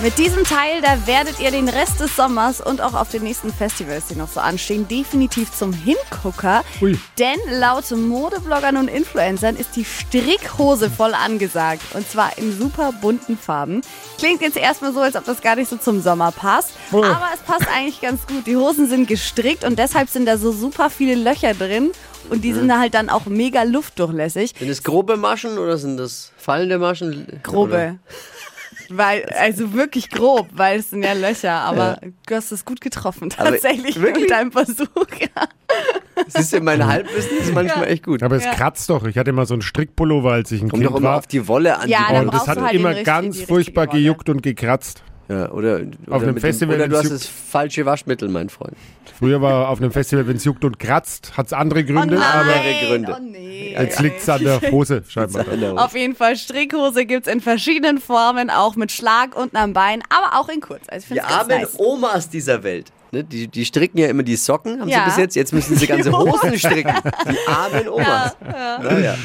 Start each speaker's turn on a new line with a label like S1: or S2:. S1: Mit diesem Teil, da werdet ihr den Rest des Sommers und auch auf den nächsten Festivals, die noch so anstehen, definitiv zum Hingucker.
S2: Ui.
S1: Denn laut Modebloggern und Influencern ist die Strickhose voll angesagt. Und zwar in super bunten Farben. Klingt jetzt erstmal so, als ob das gar nicht so zum Sommer passt.
S2: Oh.
S1: Aber es passt eigentlich ganz gut. Die Hosen sind gestrickt und deshalb sind da so super viele Löcher drin. Und
S2: Mhm.
S1: die sind da halt dann auch mega luftdurchlässig.
S3: Sind es grobe Maschen oder sind das fallende Maschen?
S1: Grobe. Weil, also wirklich grob, weil es sind ja Löcher, aber du hast es gut getroffen,
S3: Aber
S1: tatsächlich
S3: Also wirklich?
S1: mit deinem Versuch. Ja.
S3: Siehst du, mein Halbwissen ist manchmal echt gut.
S2: Aber es
S1: Ja.
S2: kratzt doch. Ich hatte immer so einen Strickpullover, als ich ein
S3: Kommt
S2: Kind
S3: doch immer
S2: war.
S3: auf die Wolle an.
S1: Ja,
S3: die
S1: dann
S2: und
S1: brauchst
S2: das
S1: du
S2: hat
S1: halt den
S2: immer
S1: richtigen-
S2: ganz
S1: die richtige
S2: furchtbar
S1: Wolle.
S2: gejuckt und gekratzt.
S3: Ja, oder, oder
S2: einem
S3: mit
S2: Festival,
S3: Dem, oder du hast
S2: wenn's
S3: das falsche Waschmittel, mein Freund.
S2: Früher war auf einem Festival, wenn es juckt und kratzt, hat es andere Gründe,
S1: nein,
S2: aber
S3: Andere Gründe.
S1: Oh nee.
S2: jetzt liegt es an der Hose scheinbar.
S1: Auf jeden Fall, Strickhose gibt's in verschiedenen Formen, auch mit Schlag unten am Bein, aber auch in kurz. Also ich
S3: Die
S1: find's ganz
S3: armen
S1: nice.
S3: Omas dieser Welt. Ne, die, die stricken ja immer die Socken, haben
S1: Ja.
S3: sie bis jetzt. Jetzt müssen sie ganze Hosen stricken. Die armen Omas. Naja.